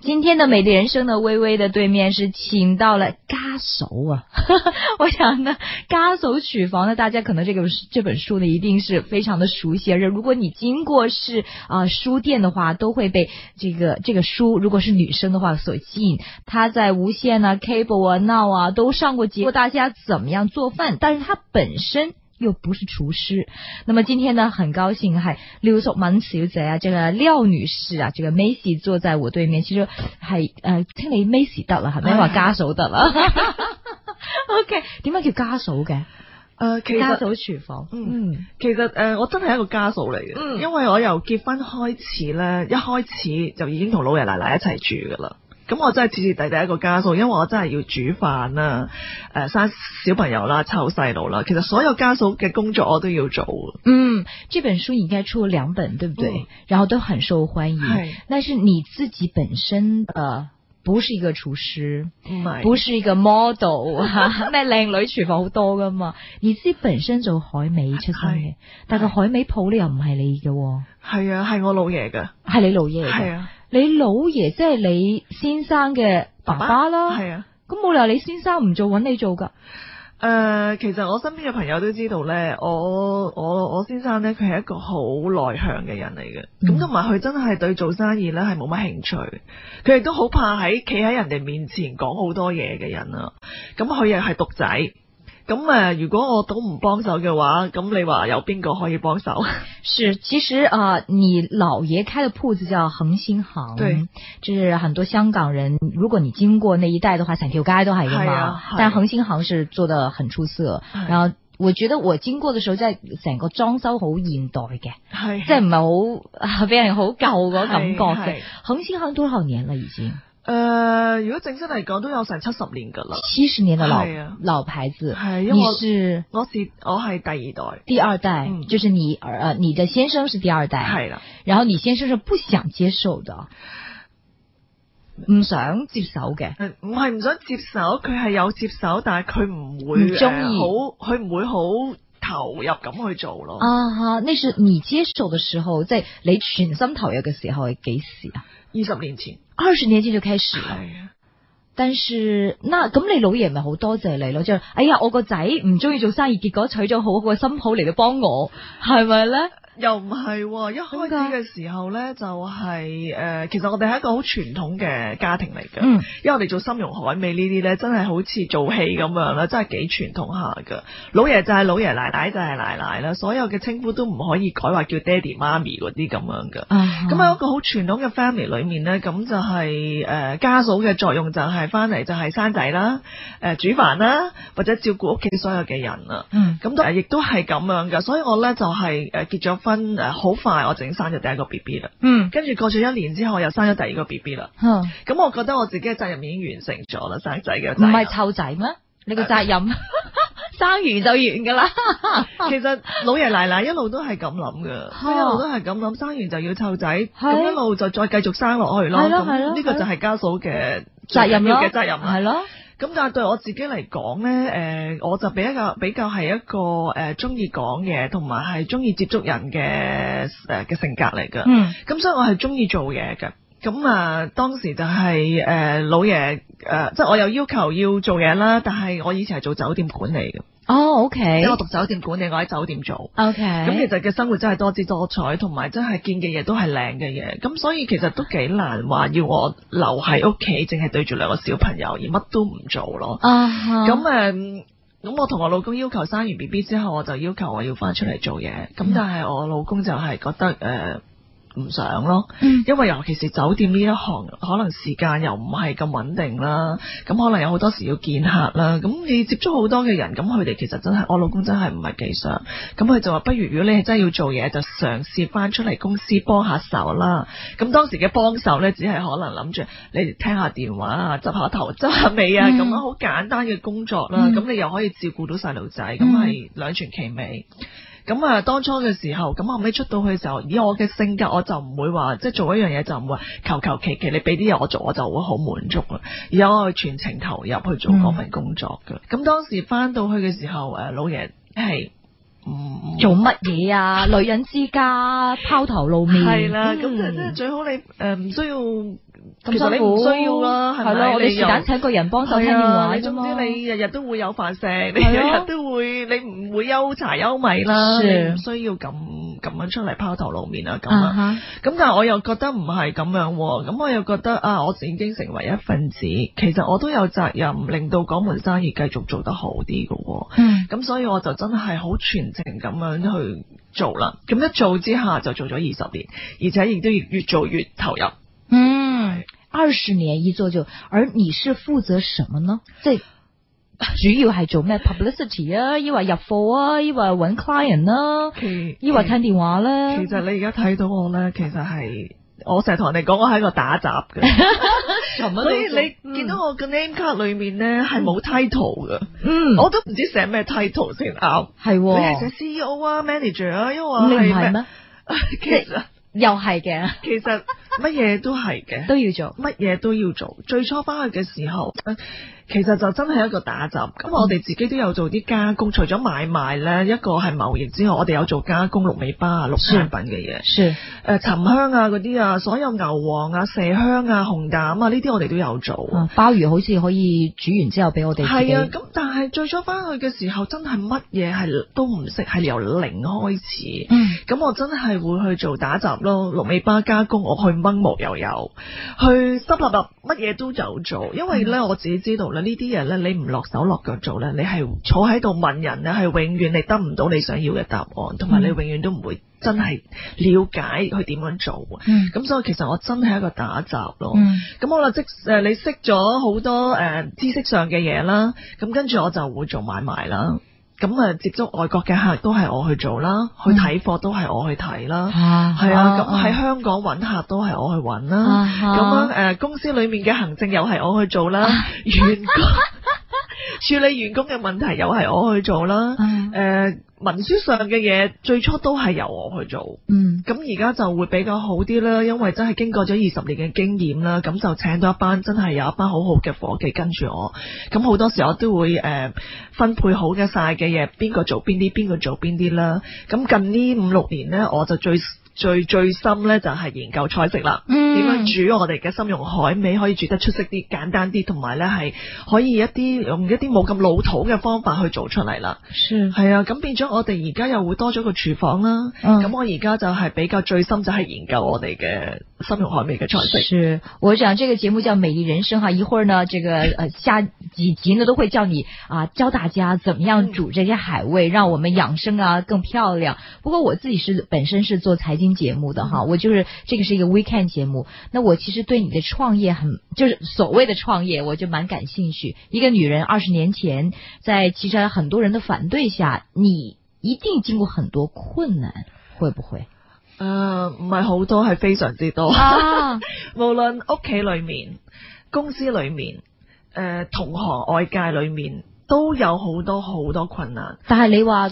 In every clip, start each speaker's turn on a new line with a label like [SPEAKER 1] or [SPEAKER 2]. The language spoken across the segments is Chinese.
[SPEAKER 1] 今天的美丽人生呢，微微的对面是请到了嘎手啊， 我想呢，嘎手曲房呢，大家可能这个这本书呢，一定是非常的熟悉，而且如果你经过是啊、呃书店的话，都会被这个这个书，如果是女生的话所吸引。她在无线啊、Cable 啊、Now 啊都上过节目，教大家怎么样做饭，但是她本身。又不是厨师，那么今天呢，很高兴还刘淑敏小姐啊，这个廖女士啊，这个 Macy 坐在我对面，其實係誒聽你 Macy 得啦，
[SPEAKER 2] 哎
[SPEAKER 1] 係咪話家嫂得啦 ？OK，點解叫家嫂嘅？
[SPEAKER 2] 诶、呃其
[SPEAKER 1] 家
[SPEAKER 2] 實
[SPEAKER 1] 嫂廚房，
[SPEAKER 2] 嗯
[SPEAKER 1] 嗯
[SPEAKER 2] 其實诶、呃我真係一個家嫂嚟嘅，
[SPEAKER 1] 嗯
[SPEAKER 2] 因為我由結婚開始咧，一開始就已經同老爺奶奶一齊住噶啦。咁我真係徹徹底底一個家嫂，因為我真係要煮飯啦、誒、生小朋友啦、湊細路啦，其實所有家嫂嘅工作我都要做嘅。
[SPEAKER 1] 嗯，這本書應該出了兩本，對不對？
[SPEAKER 2] 嗯
[SPEAKER 1] 然後都很受歡迎，
[SPEAKER 2] 係
[SPEAKER 1] 但是你自己本身呃不是一個廚師。
[SPEAKER 2] 唔係？
[SPEAKER 1] 不是一個 model 啊，咩靚女廚房好多噶嘛。你自己本身做海味出身嘅
[SPEAKER 2] 係，
[SPEAKER 1] 但個海味鋪呢又唔係你嘅喎，
[SPEAKER 2] 係啊，係我老爺嘅。
[SPEAKER 1] 係你老爺嚟
[SPEAKER 2] 係
[SPEAKER 1] 嘅。
[SPEAKER 2] 啊，
[SPEAKER 1] 你老爺即係你先生嘅爸爸啦，
[SPEAKER 2] 係啊。
[SPEAKER 1] 咁冇理由你先生唔做揾你做㗎。
[SPEAKER 2] 誒、呃其實我身邊嘅朋友都知道咧，我我我先生咧，佢係一個好內向嘅人嚟嘅，
[SPEAKER 1] 嗯
[SPEAKER 2] 咁同埋佢真係對做生意咧係冇乜興趣，佢亦都好怕喺企喺人哋面前講好多嘢嘅人啊，咁佢又係獨仔，咁誒、如果我都唔幫手嘅話，咁你話有邊個可以幫手？
[SPEAKER 1] 是，其实啊、呃你姥爷开的铺子叫恒星行，
[SPEAKER 2] 对，
[SPEAKER 1] 就是很多香港人，如果你经过那一带的话，散条街都还有
[SPEAKER 2] 是
[SPEAKER 1] 嘛
[SPEAKER 2] 啊。是
[SPEAKER 1] 但恒星行是做的很出色，
[SPEAKER 2] 是
[SPEAKER 1] 然后。我覺得我經過嘅時候，真係成個裝修好現代嘅，
[SPEAKER 2] 係
[SPEAKER 1] 即係唔係好啊俾人好舊嗰感覺
[SPEAKER 2] 是
[SPEAKER 1] 嘅
[SPEAKER 2] 是。
[SPEAKER 1] 恒星行多少年啦？已經
[SPEAKER 2] 誒、呃如果正式嚟講都有成七十年㗎啦，
[SPEAKER 1] 七十年的老
[SPEAKER 2] 是啊
[SPEAKER 1] 老牌子。
[SPEAKER 2] 係因為
[SPEAKER 1] 你
[SPEAKER 2] 我
[SPEAKER 1] 是
[SPEAKER 2] 我是我係第二代，
[SPEAKER 1] 第二代，
[SPEAKER 2] 嗯
[SPEAKER 1] 就是你呃你的先生是第二代，
[SPEAKER 2] 係啦。
[SPEAKER 1] 然後你先生是不想接受的，唔想接手嘅，
[SPEAKER 2] 誒唔嗯係唔想接手，佢係有接手，但係佢唔會
[SPEAKER 1] 唔鍾意
[SPEAKER 2] 誒好，佢唔會好投入咁去做咯。
[SPEAKER 1] 啊哈！那是你接手嘅時候，即係你全心投入嘅時候係幾時啊？
[SPEAKER 2] 二十年前
[SPEAKER 1] 二十年前就開始啦。
[SPEAKER 2] 係啊，
[SPEAKER 1] 但是嗱，咁你老爺咪好多謝你咯，即係哎呀，我個仔唔中意做生意，結果娶咗好好嘅新抱嚟到幫我，係咪咧？
[SPEAKER 2] 又唔係喎，一開始嘅時候呢，就係、誒，其實我哋係一個好傳統嘅家庭嚟嘅，
[SPEAKER 1] 嗯
[SPEAKER 2] 因為我哋做參茸海味呢啲呢，真係好似做戲咁樣啦，真係幾傳統下㗎。老爺就係老爺，奶奶就係奶奶啦，所有嘅稱呼都唔可以改話叫爹哋媽咪嗰啲咁樣㗎。
[SPEAKER 1] 啊
[SPEAKER 2] 咁喺一個好傳統嘅 family 裏面呢，咁就係、呃家嫂嘅作用就係翻嚟就係生仔啦、呃煮飯啦，或者照顧屋企所有嘅人啦。
[SPEAKER 1] 嗯
[SPEAKER 2] 咁都亦都係咁樣嘅，所以我呢就係、呃、結咗婚呃好快我整生咗第一個 B B 啦，
[SPEAKER 1] 嗯
[SPEAKER 2] 跟住過咗一年之後我又生咗第二個 B B 啦。
[SPEAKER 1] 哼，
[SPEAKER 2] 咁我覺得我自己嘅責任已經完成咗啦，生仔嘅責
[SPEAKER 1] 唔
[SPEAKER 2] 任
[SPEAKER 1] 係湊仔咩？你個責任 生完就完噶啦。
[SPEAKER 2] 其實老爺奶奶一路都係咁諗嘅，佢一路都係咁諗，生完就要湊仔，咁一路就再繼續生落去咯。
[SPEAKER 1] 係咯係咯
[SPEAKER 2] 咁呢個
[SPEAKER 1] 係咯
[SPEAKER 2] 就係家嫂嘅
[SPEAKER 1] 責任 啊
[SPEAKER 2] 最緊
[SPEAKER 1] 咯，
[SPEAKER 2] 要嘅責任啦
[SPEAKER 1] 係。咯，
[SPEAKER 2] 咁但係對我自己嚟講呢，誒、我就比較比較係一個誒中意講嘢，同埋係中意接觸人嘅誒嘅性格嚟嘅。
[SPEAKER 1] 嗯
[SPEAKER 2] 咁所以我係中意做嘢嘅。咁啊，當時就係、呃老爺誒、呃即係我有要求要做嘢啦，但係我以前係做酒店管理嘅，
[SPEAKER 1] 哦
[SPEAKER 2] 因為我
[SPEAKER 1] ，OK，OK，
[SPEAKER 2] 讀酒店管理，我喺酒店做。咁其實嘅生活真係多姿多彩，同埋真係見嘅嘢都係靚嘅嘢。咁所以其實都幾難話要我留喺屋企，淨係對住兩個小朋友而乜都唔做咯。
[SPEAKER 1] 啊哈，
[SPEAKER 2] 咁誒，嗯咁我同我老公要求生完 B B 之後，我就要求我要翻出嚟做嘢。咁
[SPEAKER 1] 嗯
[SPEAKER 2] 但係我老公就係覺得誒。呃唔想咯
[SPEAKER 1] 嗯，
[SPEAKER 2] 因為尤其是酒店呢一行，可能時間又唔係咁穩定啦，咁可能有好多時要見客啦，咁你接觸好多嘅人，咁佢哋其實真係哦我老公真係唔係幾想，咁佢就話不如如果你係真係要做嘢，就嘗試翻出嚟公司幫下手啦。咁當時嘅幫手呢，只係可能諗住你聽下電話啊，執下頭、執下尾啊，
[SPEAKER 1] 嗯
[SPEAKER 2] 咁樣好簡單嘅工作啦。
[SPEAKER 1] 嗯
[SPEAKER 2] 咁、你又可以照顧到細路仔，咁
[SPEAKER 1] 嗯
[SPEAKER 2] 係兩全其美。咁啊，當初嘅時候，咁後尾出到去嘅時候，以我嘅性格，我就唔會話即係做一樣嘢就唔會求求其其，你俾啲嘢我做，我就會好滿足啦。而我係全程投入去做
[SPEAKER 1] 嗯
[SPEAKER 2] 嗰份工作嘅。咁、當時翻到去嘅時候，誒老爺係唔
[SPEAKER 1] 做乜嘢啊？女人之家拋頭露面，
[SPEAKER 2] 係啦，咁
[SPEAKER 1] 嗯
[SPEAKER 2] 就即係最好你誒唔需要其實你唔需要啦，係
[SPEAKER 1] 係咯
[SPEAKER 2] 咪？，
[SPEAKER 1] 我哋
[SPEAKER 2] 你
[SPEAKER 1] 是
[SPEAKER 2] 又
[SPEAKER 1] 但請個人幫手聽電
[SPEAKER 2] 係啊
[SPEAKER 1] 話
[SPEAKER 2] 你
[SPEAKER 1] 啫
[SPEAKER 2] 總
[SPEAKER 1] 嘛
[SPEAKER 2] 之你日日都會有飯食，你
[SPEAKER 1] 係
[SPEAKER 2] 日
[SPEAKER 1] 咯
[SPEAKER 2] 日都會，你唔會憂柴憂米啦，你
[SPEAKER 1] 是
[SPEAKER 2] 唔需要咁咁樣出嚟拋頭露面啊咁
[SPEAKER 1] 啊
[SPEAKER 2] 啊。
[SPEAKER 1] 哈，
[SPEAKER 2] 咁但係我又覺得唔係咁樣喎，咁我又覺得啊，我已經成為一份子，其實我都有責任令到嗰門生意繼續做得好啲嘅喎。
[SPEAKER 1] 嗯
[SPEAKER 2] 咁所以我就真係好全程咁樣去做啦。咁一做之下就做咗二十年，而且亦都越越做越投入。
[SPEAKER 1] 嗯，二十年一做就，而你是負責什麼呢？即係主要係做咩 publicity 啊，抑或入貨啊，抑或揾 client 啦、啊，
[SPEAKER 2] 其
[SPEAKER 1] 抑或聽電話咧？
[SPEAKER 2] 其實你而家睇到我咧，其實係我成日同人哋講，我係一個打雜 嘅，所以你見到我嘅 name card 裏面咧係冇 title 嘅，
[SPEAKER 1] 嗯，
[SPEAKER 2] 我都唔知寫咩 title 先啱。
[SPEAKER 1] 係
[SPEAKER 2] 哦你係
[SPEAKER 1] 喎，
[SPEAKER 2] 寫 CEO 啊，manager 啊，因為我
[SPEAKER 1] 你唔
[SPEAKER 2] 係
[SPEAKER 1] 係
[SPEAKER 2] 咩？
[SPEAKER 1] 咩？
[SPEAKER 2] 其實
[SPEAKER 1] 又係嘅，
[SPEAKER 2] 其實乜嘢都係嘅。
[SPEAKER 1] 都要做。
[SPEAKER 2] 乜嘢都要做。最初翻去嘅時候，呃其實就真係一個打雜。咁我哋自己都有做啲加工，除咗買賣呢，一個係貿易之外，我哋有做加工鹿尾巴啊、鹿產品嘅嘢，誒、
[SPEAKER 1] 是，
[SPEAKER 2] 沉香啊嗰啲啊，所有牛黃啊、麝香啊、紅膽啊呢啲我哋都有做。
[SPEAKER 1] 啊鮑魚好似可以煮完之後俾我哋自己
[SPEAKER 2] 係啊，咁但係最初翻去嘅時候，真係乜嘢係都唔識，係由零開始。
[SPEAKER 1] 嗯
[SPEAKER 2] 咁我真係會去做打雜咯，鹿尾巴加工，我去掹毛又有，去濕立立乜嘢都有做，因為
[SPEAKER 1] 嗯
[SPEAKER 2] 咧我自己知道咧呢啲嘢咧你唔落手落腳做咧，你係坐喺度問人啊咧，係永遠你得唔到你想要嘅答案，同埋你
[SPEAKER 1] 嗯
[SPEAKER 2] 永遠都唔會真係了解佢點樣做。
[SPEAKER 1] 嗯
[SPEAKER 2] 咁所以其實我真係一個打雜咯。
[SPEAKER 1] 嗯
[SPEAKER 2] 咁好啦，即誒你識咗好多誒、呃知識上嘅嘢啦，咁跟住我就會做買賣啦。咁誒接觸外國嘅客都係我去做啦，去睇貨都係我去睇啦。
[SPEAKER 1] 嗯啊
[SPEAKER 2] 係啊，咁喺香港揾客都係我去揾啦。咁樣誒、
[SPEAKER 1] 樣
[SPEAKER 2] 呃公司裏面嘅行政又係我去做
[SPEAKER 1] 啊
[SPEAKER 2] 啦，員工 處理員工嘅問題又係我去做
[SPEAKER 1] 啊
[SPEAKER 2] 啦。誒、
[SPEAKER 1] 嗯
[SPEAKER 2] 文書上嘅嘢最初都係由我去做。
[SPEAKER 1] 嗯
[SPEAKER 2] 咁而家就會比較好啲啦，因為真係經過咗二十年嘅經驗啦，咁就請到一班真係有一班好好嘅伙計跟住我，咁好多時我都會誒、呃分配好嘅晒嘅嘢，邊個做邊啲，邊個做邊啲啦。咁近呢五六年呢，我就最最最深呢，就係研究菜式啦。
[SPEAKER 1] 嗯
[SPEAKER 2] 點樣煮我哋嘅參茸海味可以煮得出色啲、簡單啲，同埋呢係可以一啲用一啲冇咁老土嘅方法去做出嚟啦。
[SPEAKER 1] 是
[SPEAKER 2] 係啊，咁變咗我哋而家又會多咗個廚房啦。
[SPEAKER 1] 嗯
[SPEAKER 2] 咁我而家就係比較最深就係研究我哋嘅參茸海味嘅菜式。
[SPEAKER 1] 是我讲这个节目叫《美丽人生》哈，一会儿呢，这个呃下几集呢都会叫你啊教大家怎么样煮这些海味，让我们养生啊更漂亮。不过我自己是本身是做财经节目的哈，我就是这个是一个 weekend 节目，那我其实对你的创业很就是所谓的创业，我就蛮感兴趣。一个女人二十年前在其实很多人的反对下，你一定经过很多困难，会不会
[SPEAKER 2] 誒呃唔係好多，係非常之多。
[SPEAKER 1] 啊？
[SPEAKER 2] 無論屋企裏面、公司裏面、誒、呃同行外界裏面，都有好多好多困難。
[SPEAKER 1] 但系你话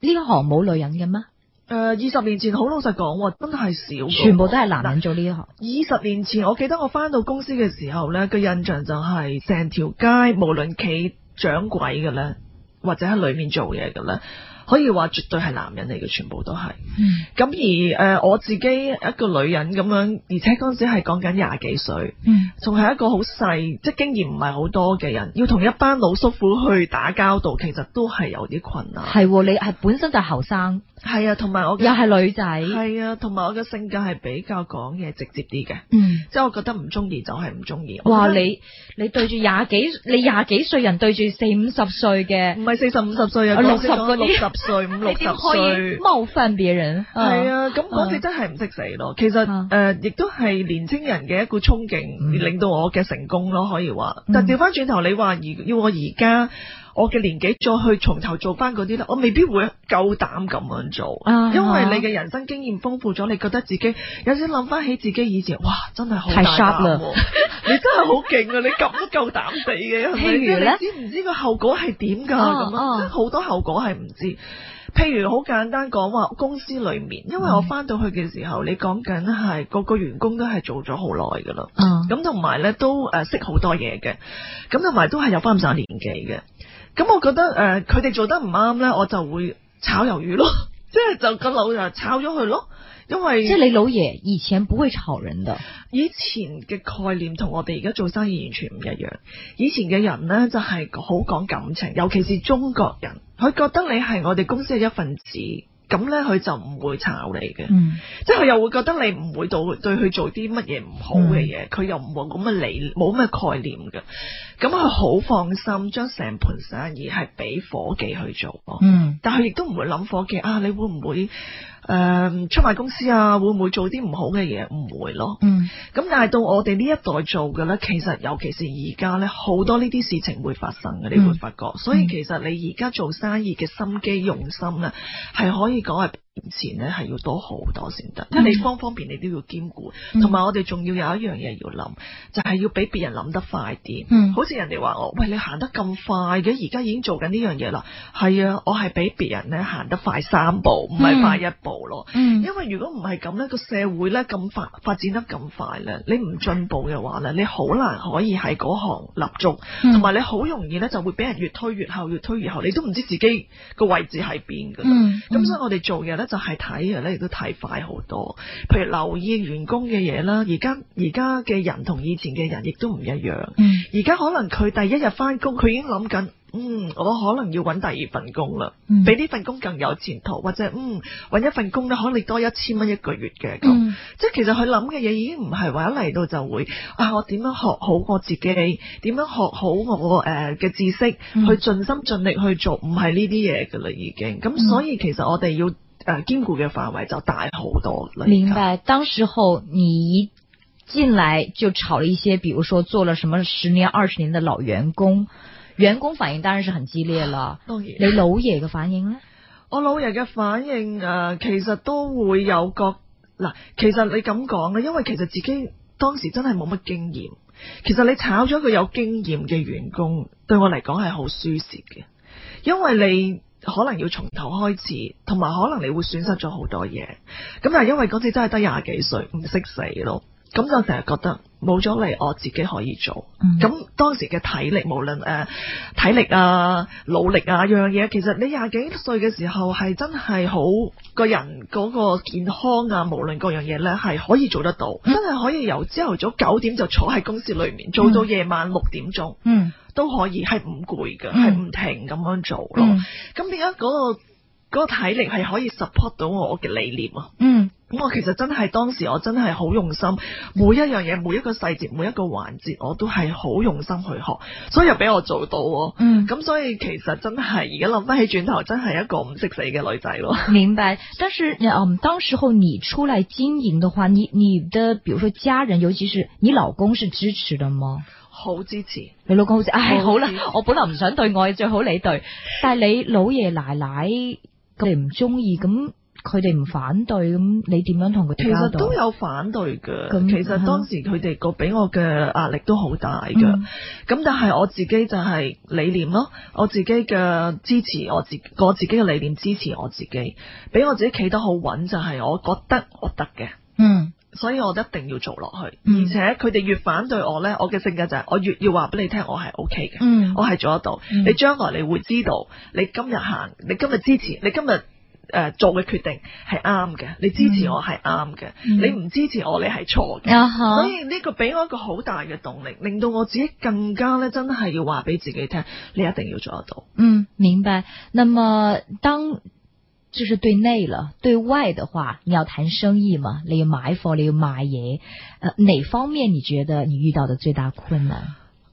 [SPEAKER 1] 呢行冇女人嘅咩？
[SPEAKER 2] 誒呃二十年前好老實講喎，真係少㗎。
[SPEAKER 1] 全部都系男人做呢一行。
[SPEAKER 2] 二十年前，我記得我翻到公司嘅時候呢個印象就係成條街無論企掌櫃嘅呢，或者喺裏面做嘢嘅呢，可以話絕對係男人嚟嘅，全部都係。
[SPEAKER 1] 嗯
[SPEAKER 2] 咁而誒、呃我自己一個女人咁樣，而且嗰陣時係講緊廿幾歲，
[SPEAKER 1] 嗯
[SPEAKER 2] 仲係一個好細，即係經驗唔係好多嘅人，要同一班老叔父去打交道，其實都係有啲困難。
[SPEAKER 1] 系喎，你系本身就後生，
[SPEAKER 2] 係啊，同埋我
[SPEAKER 1] 又
[SPEAKER 2] 嘅
[SPEAKER 1] 係女仔，
[SPEAKER 2] 係啊，同埋我嘅性格係比較講嘢直接啲嘅，
[SPEAKER 1] 嗯，
[SPEAKER 2] 即係我覺得唔中意就係唔中意。
[SPEAKER 1] 哇！
[SPEAKER 2] 我覺得
[SPEAKER 1] 你你對住廿幾，你廿幾歲人對住四五十歲嘅，
[SPEAKER 2] 唔係四十五十歲
[SPEAKER 1] 啊
[SPEAKER 2] 啊，講
[SPEAKER 1] 60
[SPEAKER 2] 緊
[SPEAKER 1] 嗰啲
[SPEAKER 2] 六十歲五
[SPEAKER 1] 嗯
[SPEAKER 2] 六
[SPEAKER 1] 你
[SPEAKER 2] 十
[SPEAKER 1] 點可以
[SPEAKER 2] 歲。
[SPEAKER 1] 冒犯別 人？
[SPEAKER 2] 係
[SPEAKER 1] 啊，
[SPEAKER 2] 啊，咁嗰次真係唔識死咯。其實
[SPEAKER 1] 啊
[SPEAKER 2] 誒、呃亦都係年青人嘅一股衝勁，
[SPEAKER 1] 嗯
[SPEAKER 2] 令到我嘅成功咯，可以話。
[SPEAKER 1] 嗯
[SPEAKER 2] 但調翻轉頭，你話而要我而家我嘅年紀再去從頭做翻嗰啲咧，我未必會夠膽咁樣做，
[SPEAKER 1] 啊
[SPEAKER 2] 因為你嘅人生經驗豐富咗，你覺得自己有時諗翻起自己以前，哇，真係好
[SPEAKER 1] 太
[SPEAKER 2] 大
[SPEAKER 1] sharp
[SPEAKER 2] 膽
[SPEAKER 1] 啦
[SPEAKER 2] 喎！你真係好勁啊！你咁都夠膽死嘅，係 咪
[SPEAKER 1] 譬如
[SPEAKER 2] 即係
[SPEAKER 1] 呢
[SPEAKER 2] 你知唔知個後果係點㗎？
[SPEAKER 1] 哦
[SPEAKER 2] 咁啊，
[SPEAKER 1] 哦
[SPEAKER 2] 即係好多後果係唔知。譬如好簡單講話，公司裏面，因為
[SPEAKER 1] 嗯
[SPEAKER 2] 我翻到去嘅時候，你講緊係個個員工都係做咗好耐㗎啦，
[SPEAKER 1] 嗯
[SPEAKER 2] 咁同埋咧都誒識好多嘢嘅，咁同埋都係有翻咁上下年紀嘅。咁我覺得呃誒 佢哋做得唔啱咧，我就會炒魷魚咯，即係就個腦就炒咗佢咯。因
[SPEAKER 1] 即
[SPEAKER 2] 為
[SPEAKER 1] 系你老爷以前不会炒人的，
[SPEAKER 2] 以前嘅概念同我哋而家做生意完全唔一樣。以前嘅人呢，就係好講感情，尤其是中國人，佢覺得你係我哋公司嘅一份子，咁呢，佢就唔會炒你嘅。
[SPEAKER 1] 嗯，
[SPEAKER 2] 即係佢又會覺得你唔會到對佢做啲乜嘢唔好嘅
[SPEAKER 1] 嗯
[SPEAKER 2] 嘢，佢、又唔冇咁嘅理，冇咁嘅概念嘅。咁佢好放心將成盤生意係俾伙計去做咯。
[SPEAKER 1] 嗯，
[SPEAKER 2] 但佢亦都唔會諗伙計啊，你會唔會誒、呃出賣公司啊？會唔會做啲唔好嘅嘢？唔會咯。
[SPEAKER 1] 嗯，
[SPEAKER 2] 咁但係到我哋呢一代做嘅咧，其實尤其是而家咧，好多呢啲事情會發生嘅，
[SPEAKER 1] 嗯
[SPEAKER 2] 你會發覺。所以其實你而家做生意嘅心機用心咧，係可以講係以前咧係要多好多先得，即係你方方面面你都要兼顧，
[SPEAKER 1] 嗯
[SPEAKER 2] 同埋、我哋仲要有一樣嘢要諗，就係、要俾別人諗得快啲。
[SPEAKER 1] 嗯
[SPEAKER 2] 好似人哋話我，喂你行得咁快嘅，而家已經做緊呢樣嘢啦。係啊，我係比別人咧行得快三步，唔係快一步咯。
[SPEAKER 1] 嗯，
[SPEAKER 2] 因為如果唔係咁呢個社會呢咁發發展得咁快呢，你唔進步嘅話呢，你好難可以喺嗰行立足，
[SPEAKER 1] 嗯
[SPEAKER 2] 同埋你好容易呢就會俾人越推越後，越推越後，你都唔知自己個位置喺邊㗎啦。
[SPEAKER 1] 嗯，
[SPEAKER 2] 咁、所以我哋做嘢咧就係睇嘅咧，亦都睇快好多。譬如留意員工嘅嘢啦，而家而家嘅人同以前嘅人亦都唔一樣。
[SPEAKER 1] 嗯，
[SPEAKER 2] 而家可能佢第一日翻工，佢已經諗緊，嗯，我可能要揾第二份工啦。
[SPEAKER 1] 嗯，
[SPEAKER 2] 比呢份工更有前途，或者嗯揾一份工咧，可能多一千蚊一個月嘅咁。
[SPEAKER 1] 嗯，
[SPEAKER 2] 即係其實佢諗嘅嘢已經唔係話一嚟到就會啊，我點樣學好我自己，點樣學好我誒嘅知識，
[SPEAKER 1] 嗯
[SPEAKER 2] 去盡心盡力去做，唔係呢啲嘢㗎啦已經。
[SPEAKER 1] 嗯
[SPEAKER 2] 咁所以其實我哋要誒、呃兼顧嘅範圍就大好多啦。
[SPEAKER 1] 明。白。当时候你一进来就炒了一些，比如说做了什么十年、二十年的老员工，员工反应当然是很激烈了。
[SPEAKER 2] 當然。
[SPEAKER 1] 你老爺嘅反應呢？
[SPEAKER 2] 我老人嘅反應誒、呃其實都會有覺嗱，其實你咁講咧，因為其實自己當時真係冇乜經驗。其實你炒咗一個有經驗嘅員工，對我嚟講係好舒適嘅，因為你可能要從頭開始，同埋可能你會損失咗好多嘢。咁但係因為嗰次真係得廿幾歲，唔識死咯，咁就成日覺得冇咗你，我自己可以做。
[SPEAKER 1] 嗯
[SPEAKER 2] 咁當時嘅體力，無論誒、呃體力啊、努力啊樣嘢，其實你廿幾歲嘅時候係真係好個人嗰個健康啊，無論各樣嘢呢係可以做得到，
[SPEAKER 1] 嗯
[SPEAKER 2] 真係可以由朝頭早九點就坐喺公司裏面做到夜晚六點鐘
[SPEAKER 1] 嗯
[SPEAKER 2] 都可以，係唔攰嘅，
[SPEAKER 1] 嗯
[SPEAKER 2] 係唔停咁樣做咯
[SPEAKER 1] 嗯。
[SPEAKER 2] 咁變咗嗰個嗰個體力係可以 support 到我嘅理念啊。
[SPEAKER 1] 嗯
[SPEAKER 2] 咁我其實真係當時我真係好用心，每一樣嘢、每一個細節、每一個環節，我都係好用心去學，所以又俾我做到喎。
[SPEAKER 1] 嗯，
[SPEAKER 2] 咁所以其實真係而家諗翻起轉頭，真係一個唔識死嘅女仔咯。
[SPEAKER 1] 明白。但是嗯，当时候你出来经营的话，你你的比如说家人，尤其是你老公是支持的吗？
[SPEAKER 2] 好支持，
[SPEAKER 1] 你老公好似唉好
[SPEAKER 2] 冇
[SPEAKER 1] 啦
[SPEAKER 2] 支持，
[SPEAKER 1] 我本來唔想對外，最好你對。但係你老爺奶奶佢哋唔中意，咁佢哋唔反對，咁你點樣同佢
[SPEAKER 2] 其
[SPEAKER 1] 哋交
[SPEAKER 2] 實
[SPEAKER 1] 代？
[SPEAKER 2] 都有反對嘅。
[SPEAKER 1] 咁
[SPEAKER 2] 其實當
[SPEAKER 1] 嗯
[SPEAKER 2] 時佢哋個俾我嘅壓力都好大嘅。
[SPEAKER 1] 嗯
[SPEAKER 2] 咁但係我自己就係理念咯，我自己嘅支持我自我自己嘅理念支持我自己，俾我自己企得好穩，就係我覺得我得嘅。
[SPEAKER 1] 嗯
[SPEAKER 2] 所以我一定要做落去，
[SPEAKER 1] 嗯
[SPEAKER 2] 而且佢哋越反對我呢，我嘅性格就係我越要話俾你聽，我係 O K 嘅，
[SPEAKER 1] 嗯
[SPEAKER 2] 我係做得到。
[SPEAKER 1] 嗯
[SPEAKER 2] 你將來你會知道，你今日行，你今日支持，你今日誒做嘅決定係啱嘅，你支持我係啱嘅，
[SPEAKER 1] 嗯
[SPEAKER 2] 你唔支持我你係錯嘅。
[SPEAKER 1] 啊哈
[SPEAKER 2] 所以呢個俾我一個好大嘅動力，令到我自己更加呢，真係要話俾自己聽，你一定要做得到。
[SPEAKER 1] 嗯，明白。那么当就是对内了，对外的话，你要谈生意嘛，你要买货，你要卖嘢，呃，哪方面你觉得你遇到的最大困 难？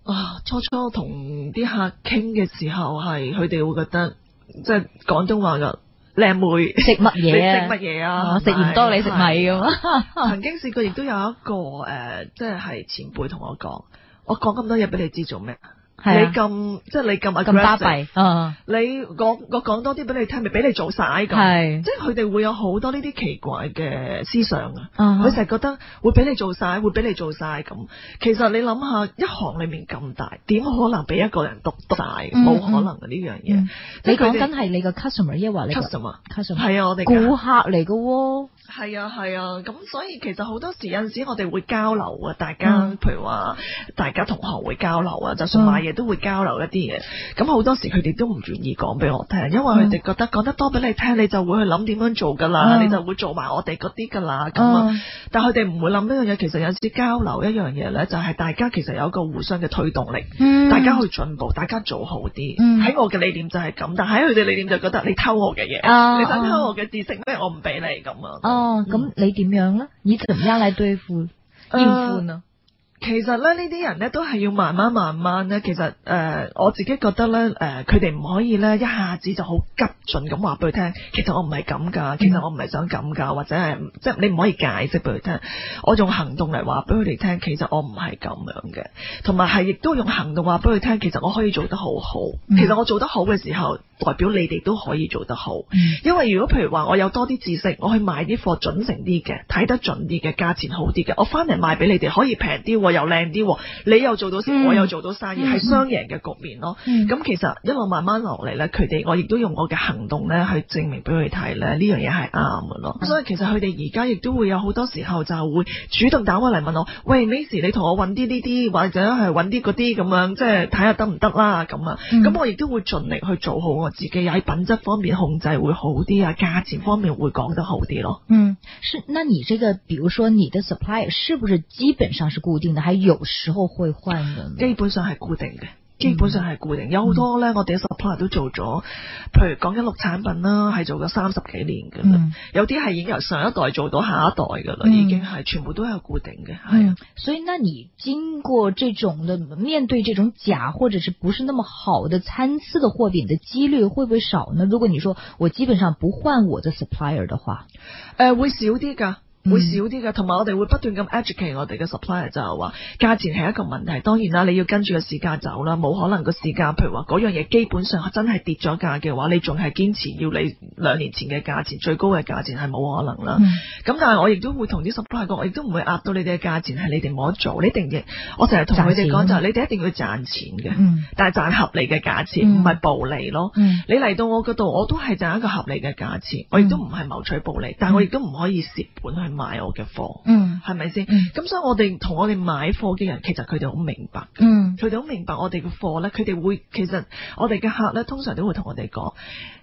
[SPEAKER 2] 啊，初初同啲客傾嘅時候係佢哋會覺得，即係廣東話嘅靚妹。
[SPEAKER 1] 食乜
[SPEAKER 2] 你食
[SPEAKER 1] 嘢
[SPEAKER 2] 乜
[SPEAKER 1] 啊？
[SPEAKER 2] 嘢
[SPEAKER 1] 啊
[SPEAKER 2] 啊？
[SPEAKER 1] 食鹽多你食米
[SPEAKER 2] 係
[SPEAKER 1] 咁啊？
[SPEAKER 2] 曾經試過，亦都有一個誒、呃即係前輩同我講，我講咁多嘢俾你知做咩？你
[SPEAKER 1] 係啊，
[SPEAKER 2] 咁即係你咁
[SPEAKER 1] 咁巴
[SPEAKER 2] aggressive，
[SPEAKER 1] 閉啊，
[SPEAKER 2] 你講我講多啲俾你聽，咪俾你做晒咁。
[SPEAKER 1] 係
[SPEAKER 2] 即係佢哋會有好多呢啲奇怪嘅思想啊！
[SPEAKER 1] 啊哈
[SPEAKER 2] 佢成日覺得會俾你做晒，會俾你做晒咁。其實你諗下，一行裡面咁大，點可能俾一個人讀讀晒？
[SPEAKER 1] 嗯
[SPEAKER 2] 冇可能嘅呢樣嘢
[SPEAKER 1] 嗯。你
[SPEAKER 2] 即係佢
[SPEAKER 1] 講
[SPEAKER 2] 哋
[SPEAKER 1] 緊係你個 customer，抑或你個
[SPEAKER 2] customer
[SPEAKER 1] customer
[SPEAKER 2] 係啊，我哋
[SPEAKER 1] 顧客嚟嘅喎？
[SPEAKER 2] 係啊係啊，咁、所以其實好多時有陣時我哋會交流啊，大家、
[SPEAKER 1] 嗯
[SPEAKER 2] 譬如話大家同學會交流啊，就算買嘢哋都會交流一啲嘢。咁好多時佢哋都唔願意講俾我聽，因為佢哋覺得講得多俾你聽，你就會去諗點樣做㗎啦，
[SPEAKER 1] 嗯
[SPEAKER 2] 你就會做埋我哋嗰啲㗎啦咁啊。但佢哋唔會諗呢樣嘢，其實有啲交流一樣嘢咧，就係、大家其實有一個互相嘅推動力，
[SPEAKER 1] 嗯
[SPEAKER 2] 大家去進步，大家做好啲。喺、
[SPEAKER 1] 嗯
[SPEAKER 2] 我嘅理念就係咁，但喺佢哋理念就覺得你偷我嘅嘢，
[SPEAKER 1] 啊
[SPEAKER 2] 你想偷我嘅知識咩？我唔俾你咁啊。
[SPEAKER 1] 哦，咁你點樣呢？你怎麼樣來對付應付呢？
[SPEAKER 2] 其實咧，呢啲人咧都係要慢慢慢慢咧。其實誒、呃我自己覺得咧，誒佢哋唔可以咧一下子就好急進咁話俾佢聽。其實我唔係咁㗎，其實我唔係想咁㗎，或者係即係你唔可以解釋俾佢聽。我用行動嚟話俾佢哋聽，其實我唔係咁樣嘅，同埋係亦都用行動話俾佢聽，其實我可以做得好好。
[SPEAKER 1] 嗯
[SPEAKER 2] 其實我做得好嘅時候，代表你哋都可以做得好。因為如果譬如話我有多啲知識，我去買啲貨準成啲嘅，睇得準啲嘅，價錢好啲嘅，我翻嚟賣俾你哋可以平啲喎，又靚啲喎，你又做到
[SPEAKER 1] 嗯
[SPEAKER 2] 先，我又做到生意，
[SPEAKER 1] 嗯
[SPEAKER 2] 係雙贏嘅局面咯。
[SPEAKER 1] 嗯
[SPEAKER 2] 咁其實一路慢慢落嚟咧，佢哋我亦都用我嘅行動咧去證明俾佢睇咧，呢樣嘢係啱嘅咯。
[SPEAKER 1] 嗯
[SPEAKER 2] 所以其實佢哋而家亦都會有好多時候就會主動打過嚟問我，喂 Miss，你同我揾啲呢啲或者係揾啲嗰啲咁樣，即係睇下得唔得啦咁啊。
[SPEAKER 1] 嗯
[SPEAKER 2] 咁、我亦都會盡力去做好我自己，喺品質方面控制會好啲啊，價錢方面會講得好啲咯。
[SPEAKER 1] 嗯，是，那你這個，比如說你的 supplier 是不是基本上是固定的，还有时候会换的呢？
[SPEAKER 2] 基本上係固定
[SPEAKER 1] 嗯
[SPEAKER 2] 嘅。基本上係固定，有好多咧，我哋嘅 supplier 都做咗，譬如講緊綠產品啦，係做咗三十幾年嘅啦，
[SPEAKER 1] 嗯
[SPEAKER 2] 有啲係已經由上一代做到下一代噶啦，
[SPEAKER 1] 嗯
[SPEAKER 2] 已經係全部都有固定嘅，係啊
[SPEAKER 1] 嗯，所以那你经过这种的面对这种假或者是不是那么好的参差的货品的几率会不会少呢？如果你说我基本上不换我的 supplier 的话，
[SPEAKER 2] 誒會少啲㗎。
[SPEAKER 1] 嗯
[SPEAKER 2] 會少啲㗎，同埋我哋會不斷咁 educate 我哋嘅 supplier 就係話價錢係一個問題，當然啦，你要跟住個市價走啦，冇可能個市價，譬如話嗰樣嘢基本上真係跌咗價嘅話，你仲係堅持要你兩年前嘅價錢最高嘅價錢係冇可能啦。
[SPEAKER 1] 嗯
[SPEAKER 2] 咁但係我亦都會同啲 supplier 講，我亦都唔會壓到你哋嘅價錢係你哋冇得做，你一定要我成日同佢哋
[SPEAKER 1] 賺
[SPEAKER 2] 講
[SPEAKER 1] 錢
[SPEAKER 2] 就係你哋一定要賺錢嘅，
[SPEAKER 1] 嗯
[SPEAKER 2] 但係賺合理嘅價錢，
[SPEAKER 1] 嗯
[SPEAKER 2] 唔係暴利咯。
[SPEAKER 1] 嗯
[SPEAKER 2] 你嚟到我嗰度，我都係賺一個合理嘅價錢，我亦都唔係謀取暴利，但係我亦都唔可以蝕本去買我嘅貨，
[SPEAKER 1] 嗯
[SPEAKER 2] 係咪先？
[SPEAKER 1] 嗯
[SPEAKER 2] 咁所以我哋同我哋買貨嘅人，其實佢哋好明白。
[SPEAKER 1] 嗯
[SPEAKER 2] 佢哋好明白我哋嘅貨咧，佢哋會其實我哋嘅客咧，通常都會同我哋講，誒、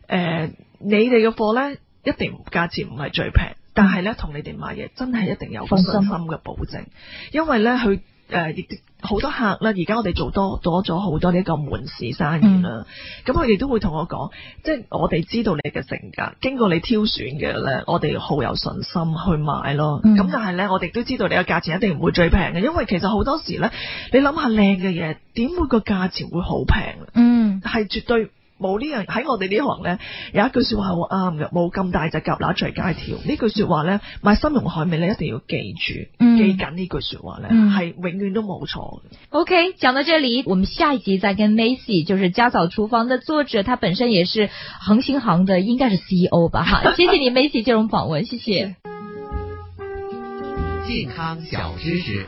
[SPEAKER 2] 呃你哋嘅貨咧一定價錢唔係最平，但係咧同你哋買嘢真係一定有個
[SPEAKER 1] 放心
[SPEAKER 2] 信心嘅保證，因為咧佢誒亦都好多客咧，而家我哋做多多咗好多呢一個門市生意
[SPEAKER 1] 嗯
[SPEAKER 2] 啦，咁佢哋都會同我講，即係我哋知道你嘅性格，經過你挑選嘅咧，我哋好有信心去買咯。
[SPEAKER 1] 嗯
[SPEAKER 2] 咁、但係咧，我哋都知道你嘅價錢一定唔會最平嘅，因為其實好多時咧，你諗下靚嘅嘢，點會個價錢會好平？
[SPEAKER 1] 嗯
[SPEAKER 2] 係絕對冇呢樣喺我哋呢行呢，有一句说話好啱嘅，冇咁大隻蛤乸隨街跳。呢句说話呢，買參茸海味你一定要記住，
[SPEAKER 1] 嗯
[SPEAKER 2] 記緊呢句说話呢，
[SPEAKER 1] 嗯
[SPEAKER 2] 係永遠都冇錯嘅。
[SPEAKER 1] ，OK，讲到这里，我们下一集再跟 Macy，就是《家嫂厨房》的作者，他本身也是恒星行的，应该是 CEO 吧？哈，谢谢你 Macy 接受我们访问，谢谢。
[SPEAKER 3] 健康小知识。